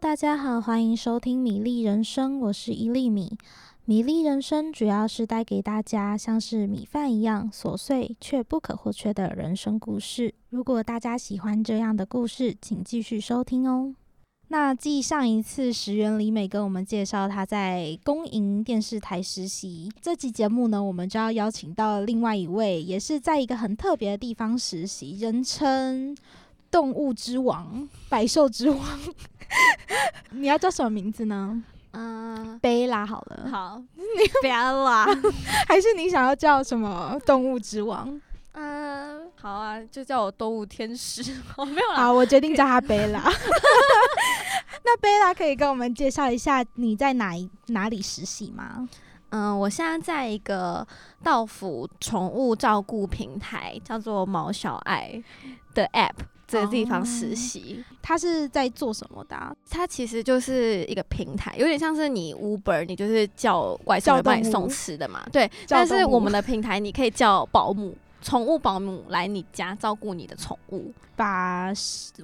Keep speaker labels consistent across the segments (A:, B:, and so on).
A: 大家好，欢迎收听米粒人生，我是一粒米。米粒人生主要是带给大家像是米饭一样琐碎却不可或缺的人生故事。如果大家喜欢这样的故事，请继续收听哦。那继上一次石原里美跟我们介绍她在公营电视台实习，这期节目呢，我们就要邀请到另外一位，也是在一个很特别的地方实习，人称“动物之王”、“百兽之王”你要叫什么名字呢？
B: 嗯，
A: 贝拉好了，
B: 好，嗯不要啦。
A: 还是你想要叫什么“动物之王
B: 嗯，好啊，就叫我动物天使。 哦，没有”？啦，
A: 好，我决定叫她贝拉。 那贝拉可以跟我们介绍一下你在哪一哪里实习吗？
B: 嗯，我现在在一个道府宠物照顾平台，叫做毛小爱的 App 这个地方实习。
A: 她是在做什么的啊、
B: 它其实就是一个平台，有点像是你 Uber，你就是叫外送
A: 叫
B: 来帮你
A: 动物
B: 送吃的嘛。对，
A: 叫
B: 但是
A: 动物
B: 我们的平台你可以叫保姆。宠物保姆来你家照顾你的宠物，
A: 把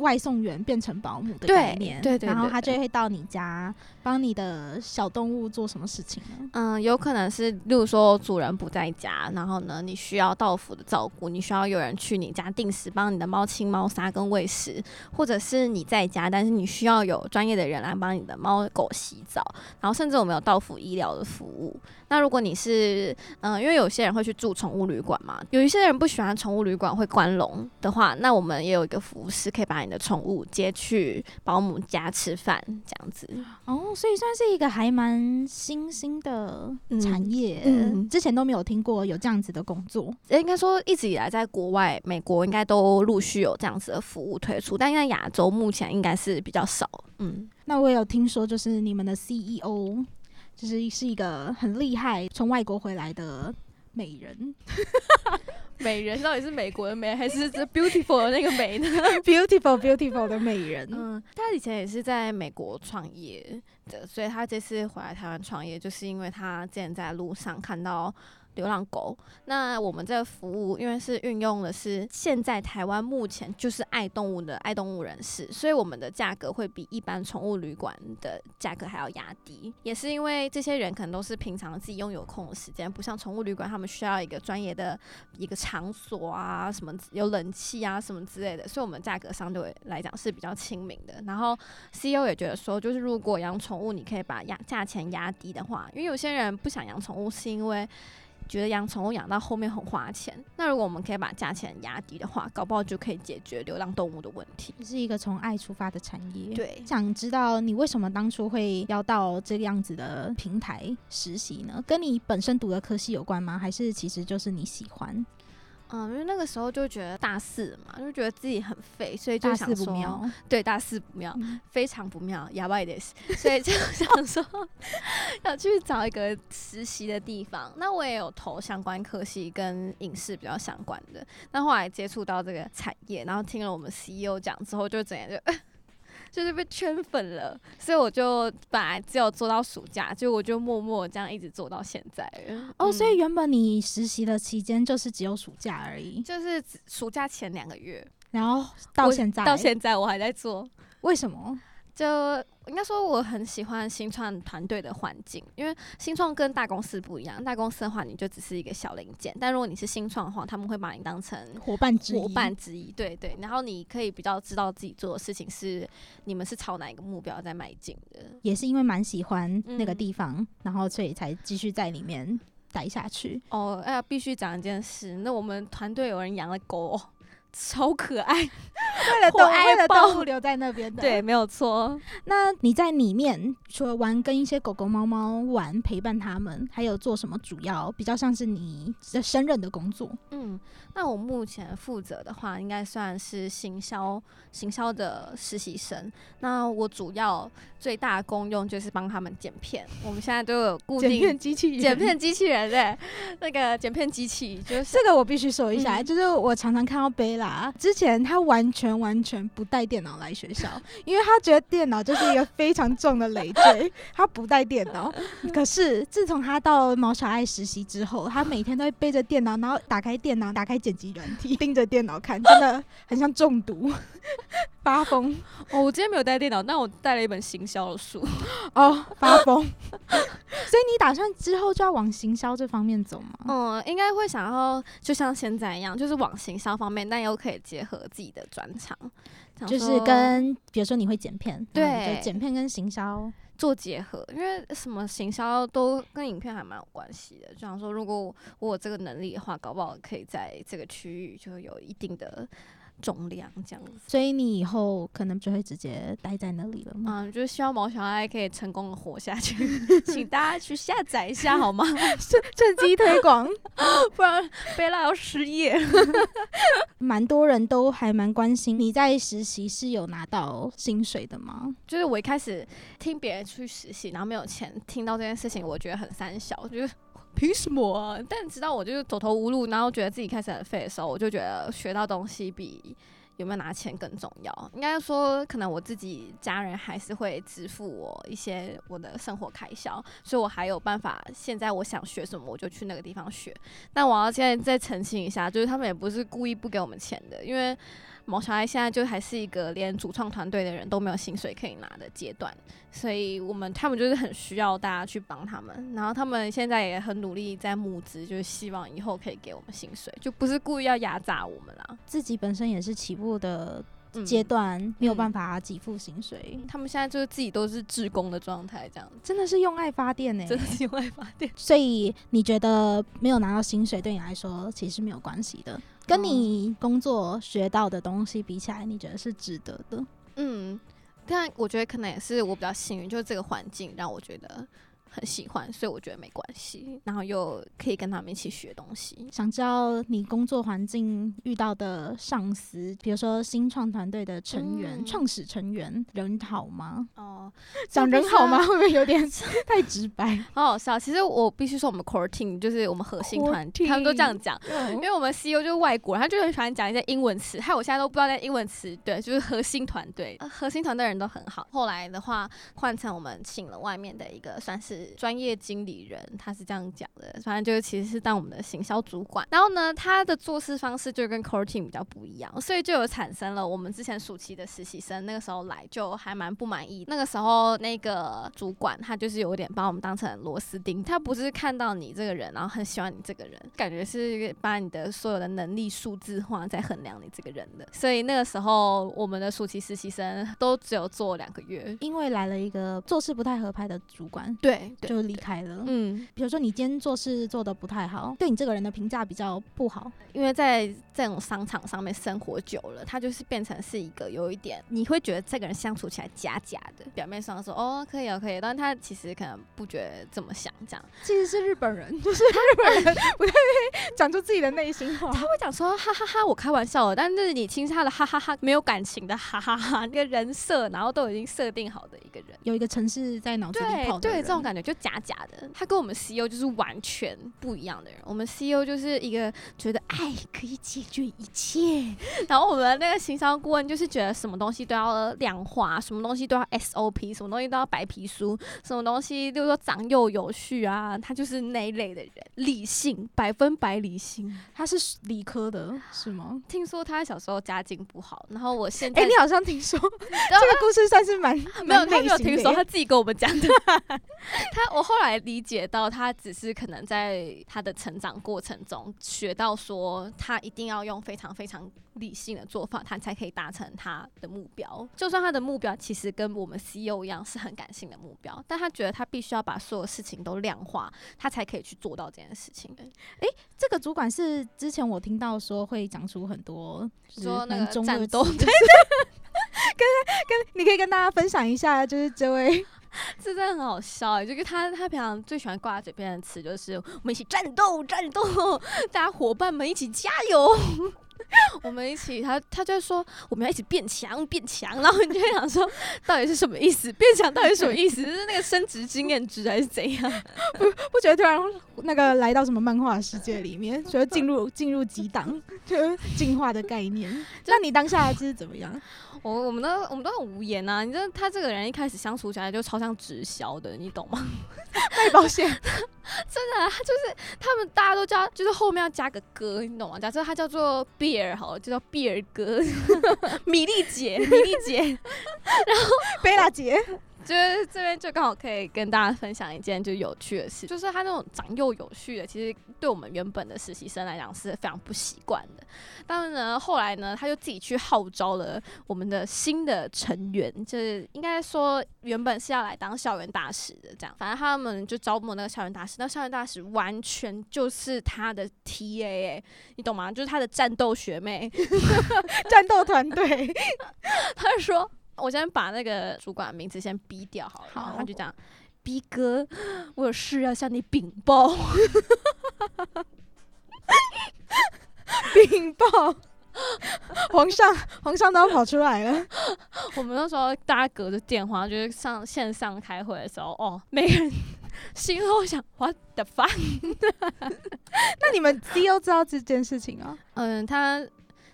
A: 外送员变成保姆的
B: 对
A: 概念，
B: 对对
A: 然后
B: 对
A: 他就
B: 对
A: 会到你家帮你的小动物做什么事情呢？
B: 嗯，有可能是，例如说主人不在家，然后呢，你需要到府的照顾，你需要有人去你家定时帮你的猫清猫砂跟喂食，或者是你在家，但是你需要有专业的人来帮你的猫狗洗澡，然后甚至我们有到府医疗的服务。那如果你是，嗯，因为有些人会去住宠物旅馆嘛，有一些人不喜欢宠物旅馆会关笼的话，那我们也有一个服务师可以把你的宠物接去保姆家吃饭，这样子。
A: 哦，所以算是一个还蛮新兴的
B: 嗯
A: 产业，
B: 嗯
A: 之前都没有听过有这样子的工作。
B: 应该说一直以来在国外，美国应该都陆续有这样子的服务推出，但在亚洲目前应该是比较少。嗯，
A: 那我有听说，就是你们的 CEO，就是是一个很厉害从外国回来的美 人
B: 美人到底是美国的美，还是这 beautiful 的那个美呢？
A: ，beautiful beautiful 的美人。
B: 嗯，他以前也是在美国创业的，所以他这次回来台湾创业，就是因为他之前在路上看到流浪狗。那我们这个服务，因为是运用的是现在台湾目前就是爱动物的爱动物人士，所以我们的价格会比一般宠物旅馆的价格还要压低。也是因为这些人可能都是平常自己拥有空的时间，不像宠物旅馆，他们需要一个专业的一个场所啊，什么有冷气啊，什么之类的，所以我们价格相对来讲是比较亲民的。然后 CEO 也觉得说，就是如果养宠物，你可以把压价钱压低的话，因为有些人不想养宠物，是因为觉得养宠物养到后面很花钱。那如果我们可以把价钱压低的话，搞不好就可以解决流浪动物的问题。
A: 是一个从爱出发的产业。，
B: 对，
A: 想知道你为什么当初会要到这个样子的平台实习呢？跟你本身读的科系有关吗？还是其实就是你喜欢？
B: 嗯，因为那个时候就觉得大四嘛，就觉得自己很废，所以就
A: 大
B: 想
A: 事不
B: 说，
A: 妙，
B: 对，大四不妙。
A: 嗯
B: 非常不妙，哑巴也得死， 所以就想说 要去找一个实习的地方。那我也有投相关科系跟影视比较相关的，那后来接触到这个产业，然后听了我们 CEO 讲之后，就整个就。就是 被圈粉了，所以我就本来只有做到暑假，就我就默默这样一直做到现在了。
A: 哦，
B: 嗯
A: 所以原本你实习的期间就是只有暑假而已，
B: 嗯就是只暑假前两个月
A: 然后到
B: 我
A: 现在，
B: 到现在我还在做，
A: 为什么？
B: 就应该说我很喜欢新创团队的环境，因为新创跟大公司不一样。大公司的话，你就只是一个小零件，但如果你是新创的话，他们会把你当成
A: 伙伴之一
B: 伙伴之一，对对。然后你可以比较知道自己做的事情是你们是朝哪一个目标在迈进的。
A: 也是因为蛮喜欢那个
B: 嗯
A: 地方，然后所以才继续在里面待下去。
B: 哦，哎、呀，必须讲一件事，那我们团队有人养了狗、 哦，超可爱。
A: 为了
B: 动物为了动物
A: 留在那边的
B: 对，。没有错。
A: 那你在里面除了玩跟一些狗狗、猫猫玩陪伴它们，还有做什么主要比较像是你的胜任的工作？
B: 嗯，那我目前负责的话，应该算是行销行销的实习生。那我主要最大的功用就是帮他们剪片。我们现在都有固定
A: 机器人
B: 剪片机器人对，那个剪片机器就是
A: 这个我必须说一下，
B: 嗯
A: 就是我常常看到贝拉，之前他完全完全不带电脑来学校，因为他觉得电脑就是一个非常重的累赘，他不带电脑。可是自从他到毛小爱实习之后，他每天都会背着电脑，然后打开电脑，打开剪辑软体，盯着电脑看，真的很像中毒。 发疯
C: 哦，我今天没有带电脑，但我带了一本行销的书。
A: 哦，发疯。 所以你打算之后就要往行销这方面走吗？
B: 嗯，应该会想要就像现在一样，就是往行销方面，但又可以结合自己的专长，想
A: 就是
B: 说
A: 跟比如说你会剪片，然后你
B: 对
A: 就剪片跟行销
B: 做结合，因为什么行销都跟影片还蛮有关系的。就想说，如果我有这个能力的话，搞不好可以在这个区域就有一定的重量这样子。
A: 所以你以后可能就会直接待在那里了 吗？
B: 嗯，就是希望毛小爱可以成功的活下去，请大家去下载一下好吗？
A: 趁机推广，
B: 不然贝拉要失业了。
A: 蛮多人都还蛮关心你在实习是有拿到薪水的吗？
B: 就是我一开始听别人去实习，然后没有钱，听到这件事情，我觉得很三小，就是 凭什么啊？但直到我就是走投无路，然后觉得自己开始很废的时候，我就觉得学到东西比有没有拿钱更重要。应该说，可能我自己家人还是会支付我一些我的生活开销，所以我还有办法。现在我想学什么，我就去那个地方学。但我要现在再澄清一下，就是他们也不是故意不给我们钱的，因为毛小孩现在就还是一个连主创团队的人都没有薪水可以拿的阶段，所以我们他们就是很需要大家去帮他们，然后他们现在也很努力在募资，就是希望以后可以给我们薪水，就不是故意要压榨我们啦。
A: 自己本身也是起步的
B: 嗯
A: 阶段，没有办法给付薪水，
B: 他们现在就是自己都是志工的状态，这样子，
A: 真的是用爱发电呢、
B: 真的是用爱发电。
A: 所以你觉得没有拿到薪水对你来说其实没有关系的，跟你工作学到的东西比起来，你觉得是值得的？
B: 嗯，但我觉得可能也是我比较幸运，就是这个环境让我觉得很喜欢，所以我觉得没关系，然后又可以跟他们一起学东西。
A: 想知道你工作环境遇到的上司，比如说新创团队的成员、
B: 嗯
A: 创、始成员，人好吗？
B: 哦，
A: 讲人
B: 必须
A: 好
B: 要
A: 吗？会不会 有点太直 白？
B: 好好笑。其实我必须说，我们 core team 就是我们核心
A: Core
B: 团，体，他们都这样讲。因
A: 因为
B: 为我们 CEO 就是外国人，他就很喜欢讲一些英文词，害我现在都不知道那英文词。对，就是核心团队，呃核心团队人都很好。后来的话，换成我们请了外面的一个算是专业经理人，他是这样讲的，反正就是其实是当我们的行销主管。然后呢，他的做事方式就跟 core team 比较不一样，所以就有产生了我们之前暑期的实习生，那个时候来就还蛮不满意。那个时候那个主管他就是有点把我们当成螺丝钉，他不是看到你这个人，然后很喜欢你这个人，感觉是把你的所有的能力数字化在衡量你这个人的。所以那个时候我们的暑期实习生都只有做两个月。
A: 因为来了一个做事不太合拍的主管，
B: 对，对
A: 就离开了。
B: 嗯，
A: 比如说你今天做事做的不太好，对你这个人的评价比较不好，
B: 因为在这种商场上面生活久了，他就是变成是一个有一点，你会觉得这个人相处起来假假的，表面上说哦可以哦可以，但他其实可能不觉得这么想这样。
A: 其实是日本人， 就是日本人 不太会讲出自己的内心话。
B: 他会讲说哈哈哈，我开玩笑的，但是你听他的哈哈哈，没有感情的哈哈哈，那个人设，然后都已经设定好的一个人。
A: 有一个城市在脑子里
B: 对
A: 跑
B: 对，这种感觉就假假的。他跟我们 CEO 就是完全不一样的人。我们 CEO 就是一个觉得爱可以解决一切， 然后我们那个行销顾问就是觉得什么东西都要量化，什么东西都要 SOP，什么东西都要白皮书，什么东西就是说长幼有序啊，他就是那一类的人，理性，百分百理性。
A: 觉，他是理科的，是吗？
B: 听说他小时候家境不好，然后我现在
A: 哎、你好像听 说这
B: 然后
A: 个故事算是 蛮
B: 没有，
A: 蛮
B: 他
A: 内
B: 没有
A: 心的
B: 听
A: 耶
B: 说，他自己跟我们讲的。 他我后来理解到，他只是可能在他的成长过程中学到说，他一定要用非常非常理性的做法，他才可以达成他的目标。就算他的目标其实跟我们 CEO 一样是很感性的目标，但他觉得他必须要把所有事情都量化，他才可以去做到这件事情。
A: 这个主管是之前我听到说会讲出很多，就是
B: 说那
A: 蛮
B: 个
A: 中
B: 战
A: 二
B: 斗
A: 之类的跟跟你可以跟大家分享一下，就是这位
B: 这真的很好笑欸，就是他他平常最喜欢挂在嘴边的词就是“我们一起战斗，战斗， 大家伙伴们一起加油， 我们一起”他。他就会说我们要一起变强，变强。然后你就会想说，到底是什么意思？变强到底是什么意思？是那个升职经验值还是怎样？
A: 不觉得突然那个来到什么漫画世界里面，觉得进入进入激荡，就是进化的概念。那你当下就是怎么样？
B: 我我们都我们都很无言啊！你知道他这个人一开始相处起来就超像直销的，你懂吗？
A: 卖保险，
B: 真的啊、他就是他们大家都叫，就是后面要加个哥，你懂吗？假设他叫做 Beer 比尔好了，就叫比尔哥， 米粒姐，米粒姐，
A: 贝拉姐，
B: 就是这边就刚好可以跟大家分享一件就有趣的事，就是他那种长幼有序的，其实对我们原本的实习生来讲是非常不习惯的。但是呢，后来呢，他就自己去号召了我们的新的成员，就是应该说原本是要来当校园大使的，这样。反正他们就招募那个校园大使，那校园大使完全就是他的 TA，、欸、你懂吗？就是他的战斗学妹。
A: 战斗团队，
B: 他就说：“我先把那个主管名字先逼掉好了。”然后他就讲：“逼哥，我有事要向你禀报。”
A: 禀报。 皇上，皇上都要跑出来了，
B: 我们那时候大家隔着电话，就是上线上开会的时候，哦，每个人心后想 what the fuck？
A: 那你们 C E O 知道这件事情啊？
B: 嗯，他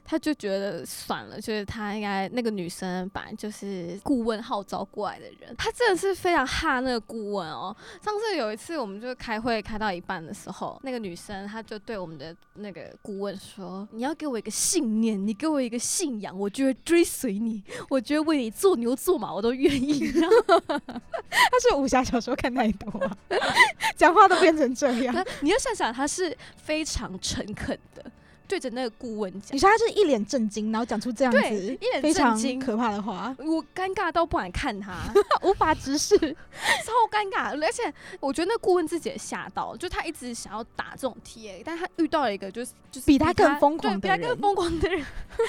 B: 他就觉得算了，就是他应该那个女生本来就是顾问号召过来的人，他真的是非常怕那个顾问哦。上次有一次我们就开会开到一半的时候，那个女生她就对我们的那个顾问说：“你要给我一个信念，你给我一个信仰，我就会追随你，我就会为你做牛做马，我都愿意。” 然后
A: 他是武侠小说看太多啊， 讲话都变成这样。
B: 那你要想想，他是非常诚恳的对着那个顾问讲
A: 你。说他是一脸震惊，然后讲出这样
B: 对
A: 子
B: 一脸
A: 非常
B: 震惊
A: 可怕的话，
B: 我尴尬到不敢 看他，
A: 无法直视。
B: 超尴尬，而且我觉得那顾问自己也吓到，就他一直想要打这种 TA，但他遇到了一个就是就是
A: 比他更疯狂
B: 对
A: 的
B: 比他更
A: 人
B: 疯狂的人，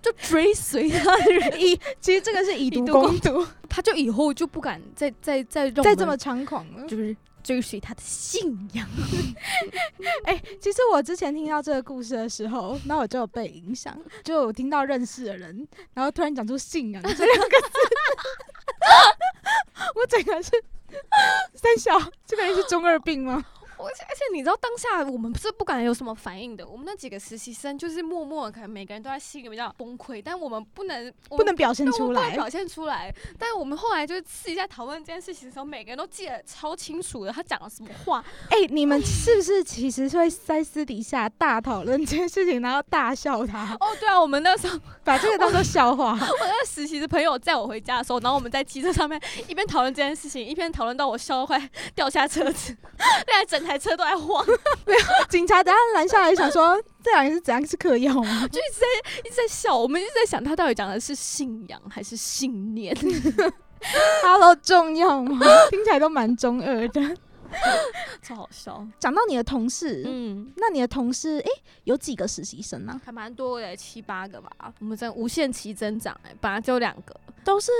B: 就就追随他的人，
A: 以 其实这个是以毒
B: 毒
A: 攻毒，
B: 他就以后就不敢再再再让
A: 再
B: 我
A: 这么
B: 们
A: 猖狂了。
B: 就是追随他的信仰。
A: 其实我之前听到这个故事的时候，那我就有被影响，就有听到认识的人，然后突然讲出信仰这两个字， 我整个是三小，这个人是中二病吗？
B: 我而且而且你知道当下我们不是不敢有什么反应的，我们那几个实习生就是默默地可能每个人都在心里面这样崩溃，但我们不能我
A: 不
B: 们
A: 能表现
B: 对哎我
A: 出
B: 们不能
A: 来，
B: 表现出来。但我们后来就是私底下讨论这件事情的时候，每个人都记得超清楚的，他讲了什么话，
A: 哎、你们是不是其实会在私底下大讨论这件事情，然后大笑 他，
B: 哦，对啊，我们那时候
A: 把这个当做笑话？
B: 我那个实习的朋友载我回家的时候，然后我们在汽车上面一边讨论这件事情，一边讨论到我笑到快掉下车子， 那整台车都在晃，
A: 警察等下拦下来想说，这两个是怎样是嗑药 吗？
B: 就一直在一直在笑。我们一直在想他到底讲的是信仰还是信念。
A: ？Hello，重要吗？ 听起来都蛮中二的。
B: 超好笑。
A: 讲到你的同事，
B: 嗯，
A: 那你的同事哎、有几个实习生啊？
B: 还蛮多的，七八个吧。我们真的无限期增长、哎，本来只有两个。
A: 都是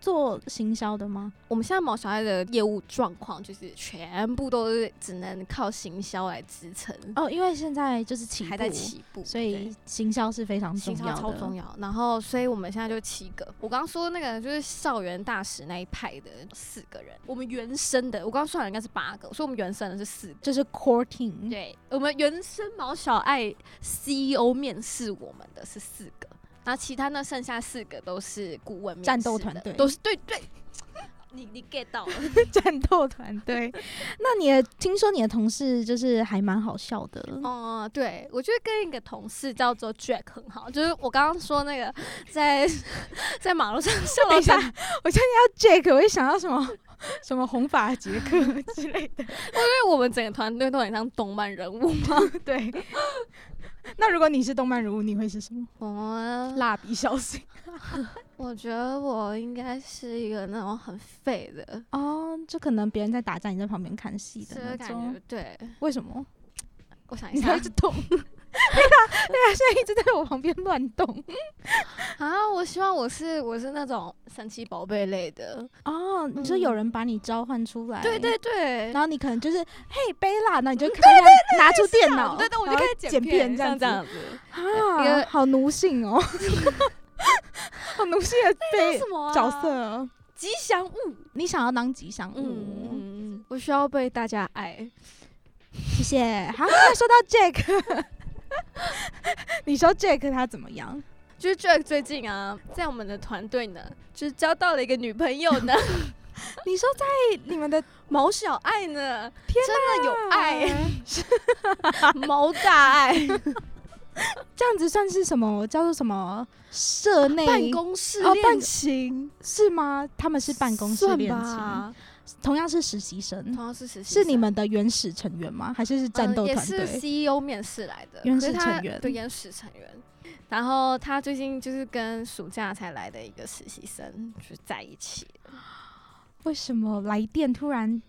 A: 做行销的吗？
B: 我们现在毛小爱的业务状况就是全部都是只能靠行销来支撑，
A: 哦，因为现在就是起步
B: 还在，起步，
A: 所
B: 对
A: 以行销是非常重
B: 行
A: 要
B: 销
A: 的。
B: 超重要。然后，所以我们现在就七个。我刚刚说那个就是校园大使那一派的四个人，我们原生的，我刚刚算了应该是八个，所以我们原生的是四个。
A: 就是 core team，
B: 对，我们原生毛小爱 CEO 面试我们的是四个，然后其他呢剩下四个都是顾问面试的
A: 战斗团队
B: 都是对 对，你你 get 到了。
A: 战斗团队。 那你的听说你的同事就是还蛮好笑的，
B: 嗯，对，我觉得跟一个同事叫做 Jack 很好，就是我刚刚说那个在 在马路上笑
A: 等
B: 到
A: 一下
B: 三
A: ，Jack 我会想到什么 什么红发杰 克之类的。
B: 因为我们整个团队都很像动漫人物嘛。
A: 对。 那如果你是动漫人物，你会是什么？
B: 我
A: 蜡笔小新。
B: 我觉得我应该是一个那种很废的，
A: 哦，就可能别人在打架，你在旁边看戏
B: 这
A: 的
B: 个
A: 那
B: 感
A: 种
B: 觉。。对，
A: 为什么？
B: 我想一
A: 你还
B: 下
A: 一直 动？对啊，对啊，现在一直在我旁边乱 动。
B: 啊，我希望我是我是那种神奇宝贝类的。
A: 哦，你说有人把你召唤出来？
B: 对对对
A: 然。后你可能就是嘿贝拉，那你就开始拿出电脑，
B: 对对，我就
A: 然后
B: 开始
A: 剪片这
B: 这
A: 样
B: 样
A: 子
B: 这样子。一
A: 啊
B: 个，
A: 好奴性 哦，好奴性的
B: 那
A: 被
B: 什么啊
A: 角色？哦。
B: 吉祥物。
A: 你想要当吉祥
B: 嗯
A: 物？
B: 嗯嗯，我需要被大家爱。
A: 谢谢。好，那说到 Jack，你说 Jack 他怎么样？
B: 就是 Jack 最近啊，在我们的团队呢，就是交到了一个女朋友 呢，
A: 你说在你们的
B: 毛小爱呢，
A: 天
B: 真的有爱，毛大爱。
A: 这样子算是什么？叫做什么？社内
B: 办公室
A: 哦，
B: 恋
A: 办
B: 情
A: 情是吗？他们是办公室
B: 算
A: 恋情，
B: 吧，
A: 同样是实习生，
B: 同样是实习
A: 是
B: 生，
A: 你们的原始成员吗？还是是战
B: 嗯
A: 斗
B: 也
A: 团
B: 是
A: 队？
B: CEO 面试来的，
A: 原
B: 可是
A: 始
B: 他
A: 成员
B: 对原始成员。然后他最近就是跟暑假才来的一个实习生就在一起，
A: 为什么来电突然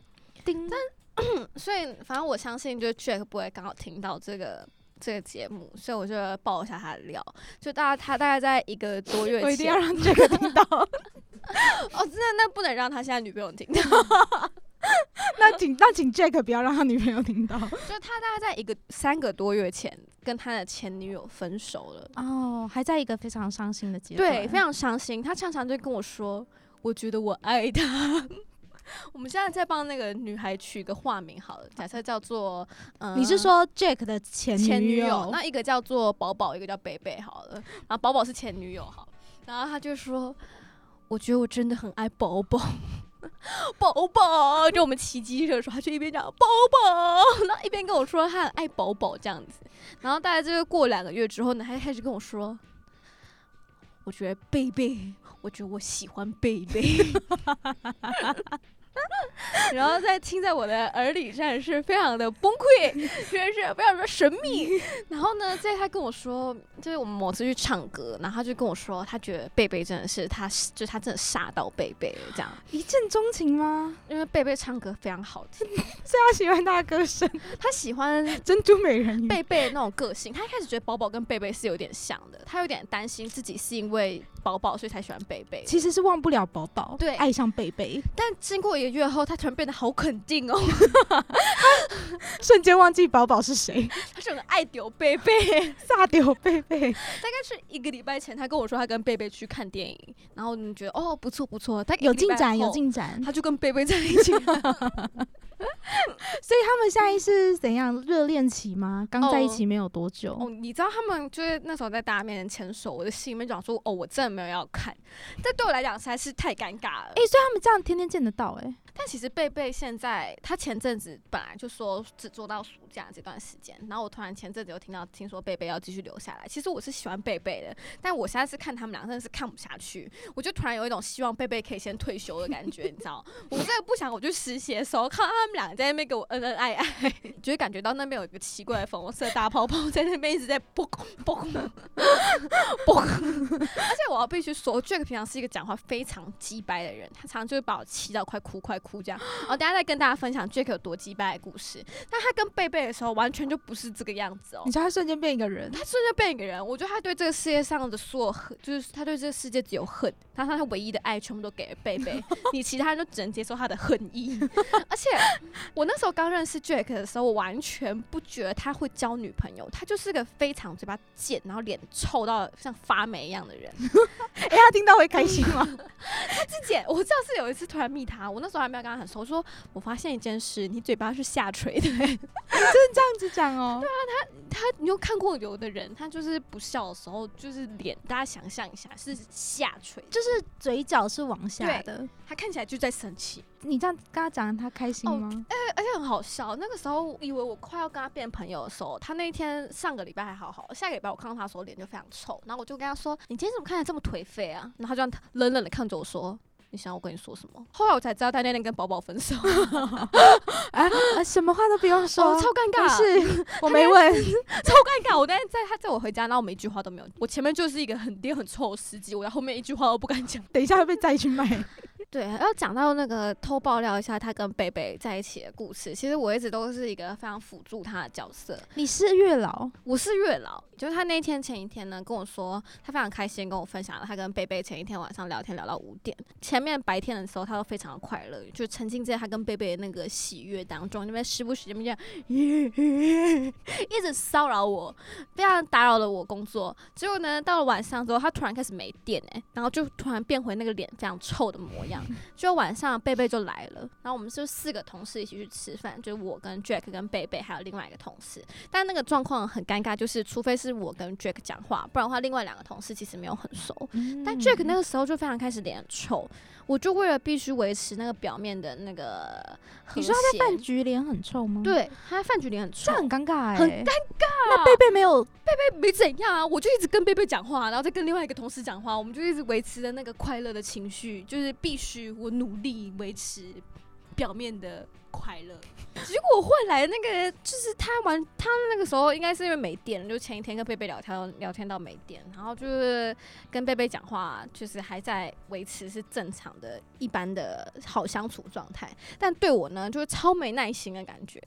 A: 叮？
B: 所以反正我相信，就是 Jack 不会刚好听到这个这个节目，所以我就爆一下他的料。就大家他大概在一个多月
A: 我一定要
B: 前，
A: 让这个听到，
B: 哦，真的那不能让他现在女朋友听 到。
A: 那请那请 Jack 不要让他女朋友听到
B: 就他大概在一个三个多月前跟他的前女友分手了，
A: 哦，还在一个非常伤心的阶
B: 对，非常伤心。他常常就跟我说：“我觉得我爱他。” 我们现在在帮那个女孩取一个化名好了，假设叫做……嗯、
A: 你是说 Jack 的前
B: 前
A: 女
B: 女友，那一个叫做宝宝，一个叫贝贝，好了，然后宝宝是前女友，好，然后他就说，我觉得我真的很爱宝宝， 宝宝，就我们骑机车的时候，他就一边讲宝宝， 然后一边跟我说他很爱宝宝这样子，然后大概就是过两个月之后呢，他就开始跟我说。我觉得贝贝，我觉得我喜欢贝 贝，然后在听在我的耳里，真的是非常的崩溃，真的是非常的神秘。 然后呢，在他跟我说，就是我们某次去唱歌，然后他就跟我说，他觉得贝贝真的是他，就他真的吓到贝贝了这样，
A: 一见钟情吗？
B: 因为贝贝唱歌非常好 听，
A: 是他喜欢他的歌声，
B: 他喜欢
A: 珍珠美人鱼。
B: 贝贝那种个性，他一开始觉得宝宝跟贝贝是有点像的，他有点担心自己是因为宝宝所以才喜欢贝贝，
A: 其实是忘不了宝宝，
B: 对
A: 爱上贝贝，
B: 但经过一个月后，他突然变得好肯定哦，
A: 瞬间忘记宝宝是谁，
B: 他整个爱丢贝贝。
A: 撒丢贝贝。
B: 大概是一个礼拜前，他跟我说他跟贝贝去看电影，然后你觉得哦不错不错，他
A: 有进展，有，进展。
B: 他就跟贝贝在一起。
A: 所以他们现在是怎样热恋期吗？刚在一
B: 哦
A: 起没有多久，
B: 哦，你知道他们就是那时候在大家面前牵手，我的心里面讲说哦我真的没有要看，但对我来讲实在是太尴尬了。
A: 哎、所以他们这样天天见得到、哎，
B: 但其实贝贝现在他前阵子本来就说只做到暑假这段时间，然后我突然前阵子又听到听说贝贝要继续留下来，其实我是喜欢贝贝的，但我现在是看他们俩真的是看不下去，我就突然有一种希望贝贝可以先退休的感觉，你知道，我真的不想我去实习的时候看到他们俩在那边给我恩恩爱 爱，就会感觉到那边有一个奇怪的粉红色大泡泡在那边一直在蹦蹦 蹦，而且我要必须说，Jack 平常是一个讲话非常鸡掰的人，他常常就会把我气到快哭快哭这样。哦，等一下再跟大家分享 Jack 有多鸡掰的故事。但他跟贝贝的时候，完全就不是这个样子哦
A: 你。知道他瞬间变一个人，
B: 他瞬间变一个人，我觉得他对这个世界上的所有恨，就是他对这个世界只有恨，他他唯一的爱全部都给了贝贝，你其他人就只能接受他的恨意。而且我那时候刚认识 Jack 的时候，我完全不觉得他会交女朋友，他就是个非常嘴巴贱，然后脸臭到像发霉一样的人。
A: 哎、他听到会开心 吗？
B: 之前我知道是有一次突然密他，我那时候还没有跟他很熟，我说我发现一件事，你嘴巴是下垂的、
A: 这样子讲哦、
B: 他你有看过有的人，他就是不笑的时候，就是脸，大家想象一下是下垂的，
A: 就是嘴角是往下的。
B: 他看起来就在生气，
A: 你这样跟他讲，他开心吗？
B: 而且很好笑。那个时候我以为我快要跟他变朋友的时候，他那一天上个礼拜还好好，下个礼拜我看到他的时候脸就非常臭，然后我就跟他说：“你今天怎么看起来这么颓废啊？”然后他就这样冷冷的看着我说。你想我跟你说什么？后来我才知道他那天跟宝宝分 手，
A: 啊啊，什么话都不用说，
B: 哦，超尴尬，
A: 没事，我没问。
B: 尴尬，我那天在他载我回家，然后我们一句话都没有。我前面就是一个很颠很臭的司机，我在后面一句话都不敢讲。
A: 等一下会被再去卖。
B: 对，要讲到那个偷爆料一下他跟贝贝在一起的故事，其实我一直都是一个非常辅助他的角色。
A: 你是月老，
B: 我是月老，就是他那一天前一天呢跟我说，他非常开心跟我分享了他跟贝贝前一天晚上聊天聊到五点，前面白天的时候他都非常的快乐，就沉浸在他跟贝贝的那个喜悦当中，那边时不时那边就一直骚扰我，非常打扰了我工作。欸结果呢，到了晚上之后，他突然开始没电哎、然后就突然变回那个脸非常臭的模样，样，就晚上贝贝就来了，然后我们就四个同事一起去吃饭，就是我跟 Jack 跟贝贝还有另外一个同事，但那个状况很尴尬，就是除非是我跟 Jack 讲话，不然的话另外两个同事其实没有很熟，
D: 嗯
A: 嗯
B: 但 Jack 那个时候就非常开始脸很臭，我就为了必须维持那个表面的那个和
D: 你
B: 谐
D: 说他在饭局脸很臭吗？，
B: 对他在饭局里很臭
D: 这，很尴尬哎、
B: 很
D: 尴尬。那贝贝没有
B: 没怎样啊，我就一直跟贝贝讲话，然后再跟另外一个同事讲话，我们就一直维持着那个快乐的情绪，就是必须我努力维持表面的快乐。结果换来那个就是他玩他那个时候应该是因为没电，就前一天跟贝贝聊天聊天到没电，然后就是跟贝贝讲话，就是还在维持是正常的一般的好相处状态，但对我呢就是超没耐心的感觉。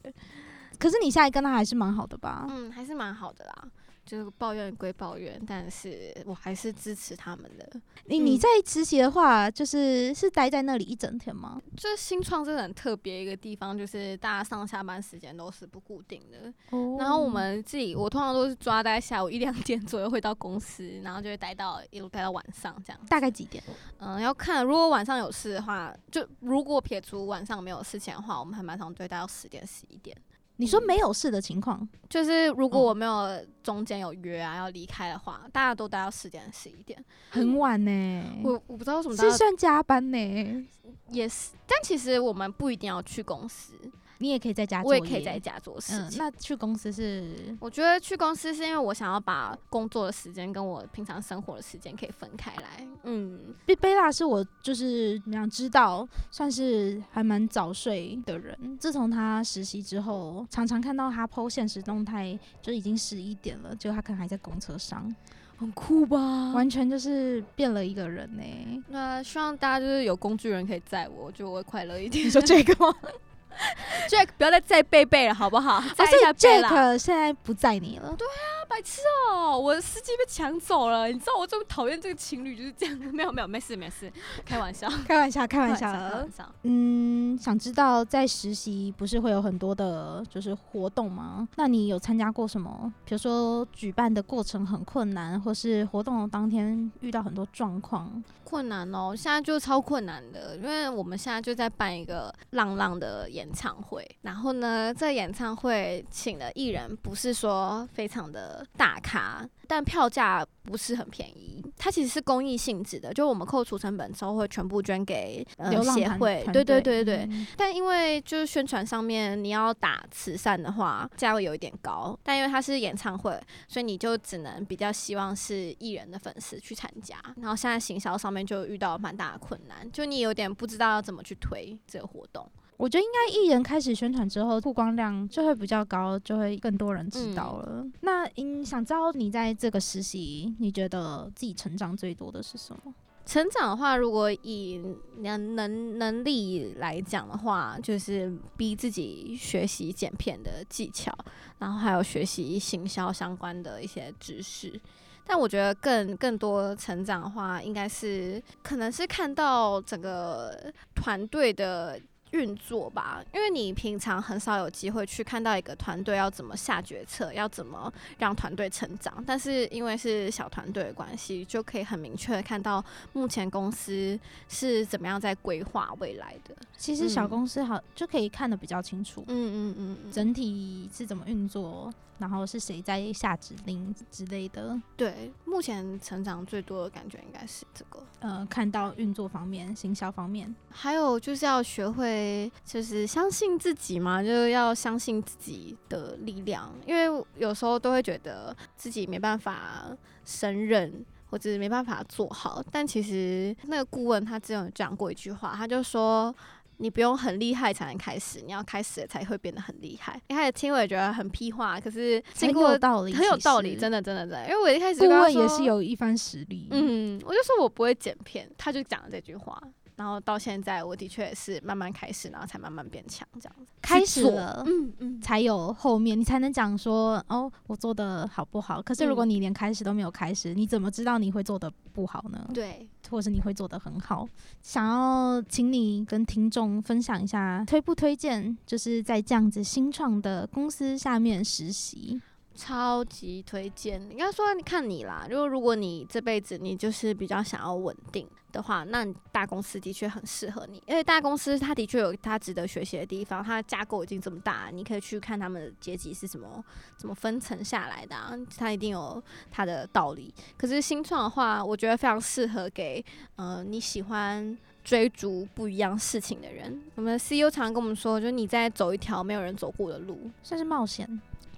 A: 可是你现在跟他还是蛮好的吧？
B: 嗯，还是蛮好的啦。就是抱怨归抱怨，但是我还是支持他们的。
A: 你你
B: 嗯
A: 在实习的话，就是是待在那里一整天吗？
B: 这新创真的很特别一个地方，就是大家上下班时间都是不固定的。
A: 嗯哦
B: 然后我们自己，我通常都是抓在下午一两点左右会到公司，然后就会待到一路待到晚上这样。
A: 大概几点？
B: 嗯，要看如果晚上有事的话，就如果撇除晚上没有事情的话，我们还蛮常对待到十点十一点。
A: 你说没有事的情况，
B: 就是如果我没有中间有约啊要离开的话，大家都待到十点十一点。
A: 很晚呢、
B: 我我不知道为什么
A: 嗯
B: 大
A: 是
B: 家
A: 算加班呢、
B: 也是，但其实我们不一定要去公司，
A: 你也可以在家，
B: 我也可以在。家做事
A: 嗯，
B: 情。
A: 那去公司是
B: 我觉得去公司是因为我想要把工作的时间跟我平常生活的时间可以分开来。嗯，
A: 贝贝拉是我就是想知道，算是还蛮早睡的人。自从他实习之后，常常看到他 PO 现实动态，就已经十一点了，就他可能还在公车上，
B: 很酷吧
A: 完全就是变了一个人呢、
B: 那希望大家就是有工具人可以载我，我觉得我会快乐一点。
A: 你说这个吗？
B: Jack 不要再载贝贝了，好不好？
A: 哦，
B: 载
A: 所
B: 一
A: 以
B: 下贝啊啦。
A: Jack 现在不在你了，
B: 白痴哦、我的司机被抢走了，你知道我最讨厌这个情侣就是这样。 没有没有，没事没事，开玩笑，
A: 开玩笑，开
B: 开
A: 玩
B: 玩笑，
A: 笑
B: 开
A: 了
B: 玩。笑。
A: 嗯，想知道在实习不是会有很多的，就是活动吗？那你有参加过什么？比如说举办的过程很困难，或是活动的当天遇到很多状况，
B: 困难哦，现在就超困难的，因为我们现在就在办一个浪浪的演唱会，然后呢，这演唱会请的艺人不是说非常的大咖，但票价不是很便宜，它其实是公益性质的，就我们扣除成本之后会全部捐给、呃、
A: 流浪
B: 协
A: 团
B: 会，
A: 团
B: 对对
A: 队
B: 对对对，
A: 嗯
B: 但因为就是宣传上面你要打慈善的话，价位有一点高，但因为它是演唱会，所以你就只能比较希望是艺人的粉丝去参加。然后现在行销上面就遇到蛮大的困难，就你有点不知道要怎么去推这个活动。
A: 我觉得应该艺人开始宣传之后，曝光量就会比较高，就会更多人知道了。那嗯，想知道你在这个实习，你觉得自己成长最多的是什么？
B: 成长的话，如果以能能能力来讲的话，就是逼自己学习剪片的技巧，然后还有学习行销相关的一些知识。但我觉得更更多成长的话，应该是可能是看到整个团队的运作吧，因为你平常很少有机会去看到一个团队要怎么下决策，要怎么让团队成长。但是因为是小团队的关系，就可以很明确的看到目前公司是怎么样在规划未来的。
A: 其实小
B: 嗯
A: 公司好、就可以看得比较清楚，
B: 嗯嗯嗯，
A: 整体是怎么运作，然后是谁在下指令之类的。
B: 对，目前成长最多的感觉应该是这个。
A: 呃，看到运作方面、行销方面，
B: 还有就是要学会，就是相信自己嘛，就是要相信自己的力量，因为有时候都会觉得自己没办法胜任。或者是没办法做好，但其实那个顾问他之前有讲过一句话，他就说你不用很厉害才能开始，你要开始了才会变得很厉害。一开始听我也觉得很屁话，可是经
A: 很
B: 过
A: 有道理，
B: 很有道理，
A: 其实
B: 真的真的真的。因为我一开始
A: 顾
B: 就跟他
A: 问也
B: 说
A: 是，有一番实力。
B: 嗯，我就说我不会剪片，他就讲了这句话。然后到现在，我的确也是慢慢开始，然后才慢慢变强，这样子。
A: 开
B: 去
A: 始
B: 做
A: 了
B: 嗯嗯，
A: 才有后面，你才能讲说哦，我做的好不好？可是如果
B: 嗯
A: 你连开始都没有开始，你怎么知道你会做的不好呢？
B: 对，
A: 或是你会做的很好？想要请你跟听众分享一下，推不推荐就是在这样子新创的公司下面实习？
B: 超级推荐。应该说，你看你啦，如果如果你这辈子你就是比较想要稳定的话，那你大公司的确很适合你，因为大公司它的确有它值得学习的地方，它的架构已经这么大，你可以去看他们的阶级是怎么怎么分层下来的、啊，它一定有它的道理。可是新创的话，我觉得非常适合给呃你喜欢。追逐不一样事情的人，我们的 CEO 常常跟我们说，就是你在走一条没有人走过的路，
A: 算是冒险。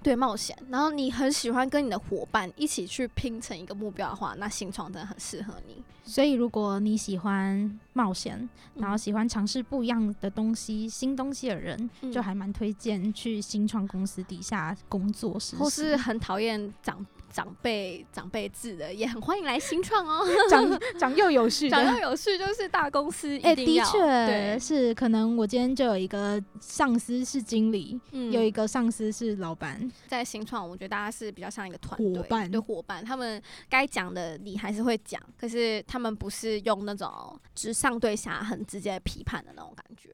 B: 对冒险，然后你很喜欢跟你的伙伴一起去拼成一个目标的话，那新创真的很适合你。
A: 所以，如果你喜欢冒险，然后喜欢尝试不一样的东西、新东西的人，
B: 嗯
A: 就还蛮推荐去新创公司底下工作实习，
B: 或是很讨厌长长辈长辈制的，也很欢迎来新创哦。
A: 长长幼有序的
B: 长幼有序就是大公司一
A: 哎、
B: 定
A: 的
B: 要，
A: 确
B: 对，
A: 是，可能我今天就有一个上司是经理，
B: 嗯
A: 有一个上司是老板，
B: 在新创，我觉得大家是比较像一个团
A: 伙
B: 队，
A: 伴
B: 对伙伴，他们该讲的你还是会讲，可是他们不是用那种直上对下很直接批判的那种感觉。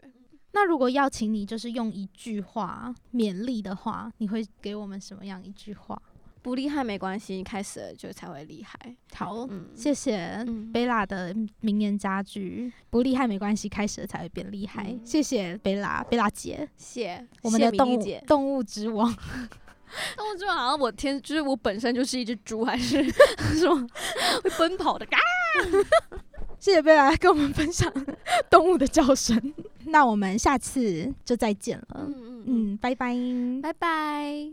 A: 那如果邀请你，就是用一句话勉励的话，你会给我们什么样一句话？
B: 不厉害没关系，开始了就才会厉害。
A: 好，
B: 嗯，
A: 谢谢
B: 嗯
A: 贝拉的名言佳句，不厉害没关系，开始了才会变厉害。
B: 嗯
A: 谢谢贝拉，贝拉姐，
B: 谢
A: 我们的
B: 谢米
A: 动
B: 莉
A: 物
B: 姐。
A: 动物之王。
E: 但我就好像我天，就是我本身就是一只猪，还是 什么会奔跑的嘎。
A: 谢谢贝拉跟我们分享动物的叫 声。那我们下次就再见了，
B: 嗯嗯嗯，
A: 嗯，拜拜
B: 拜拜。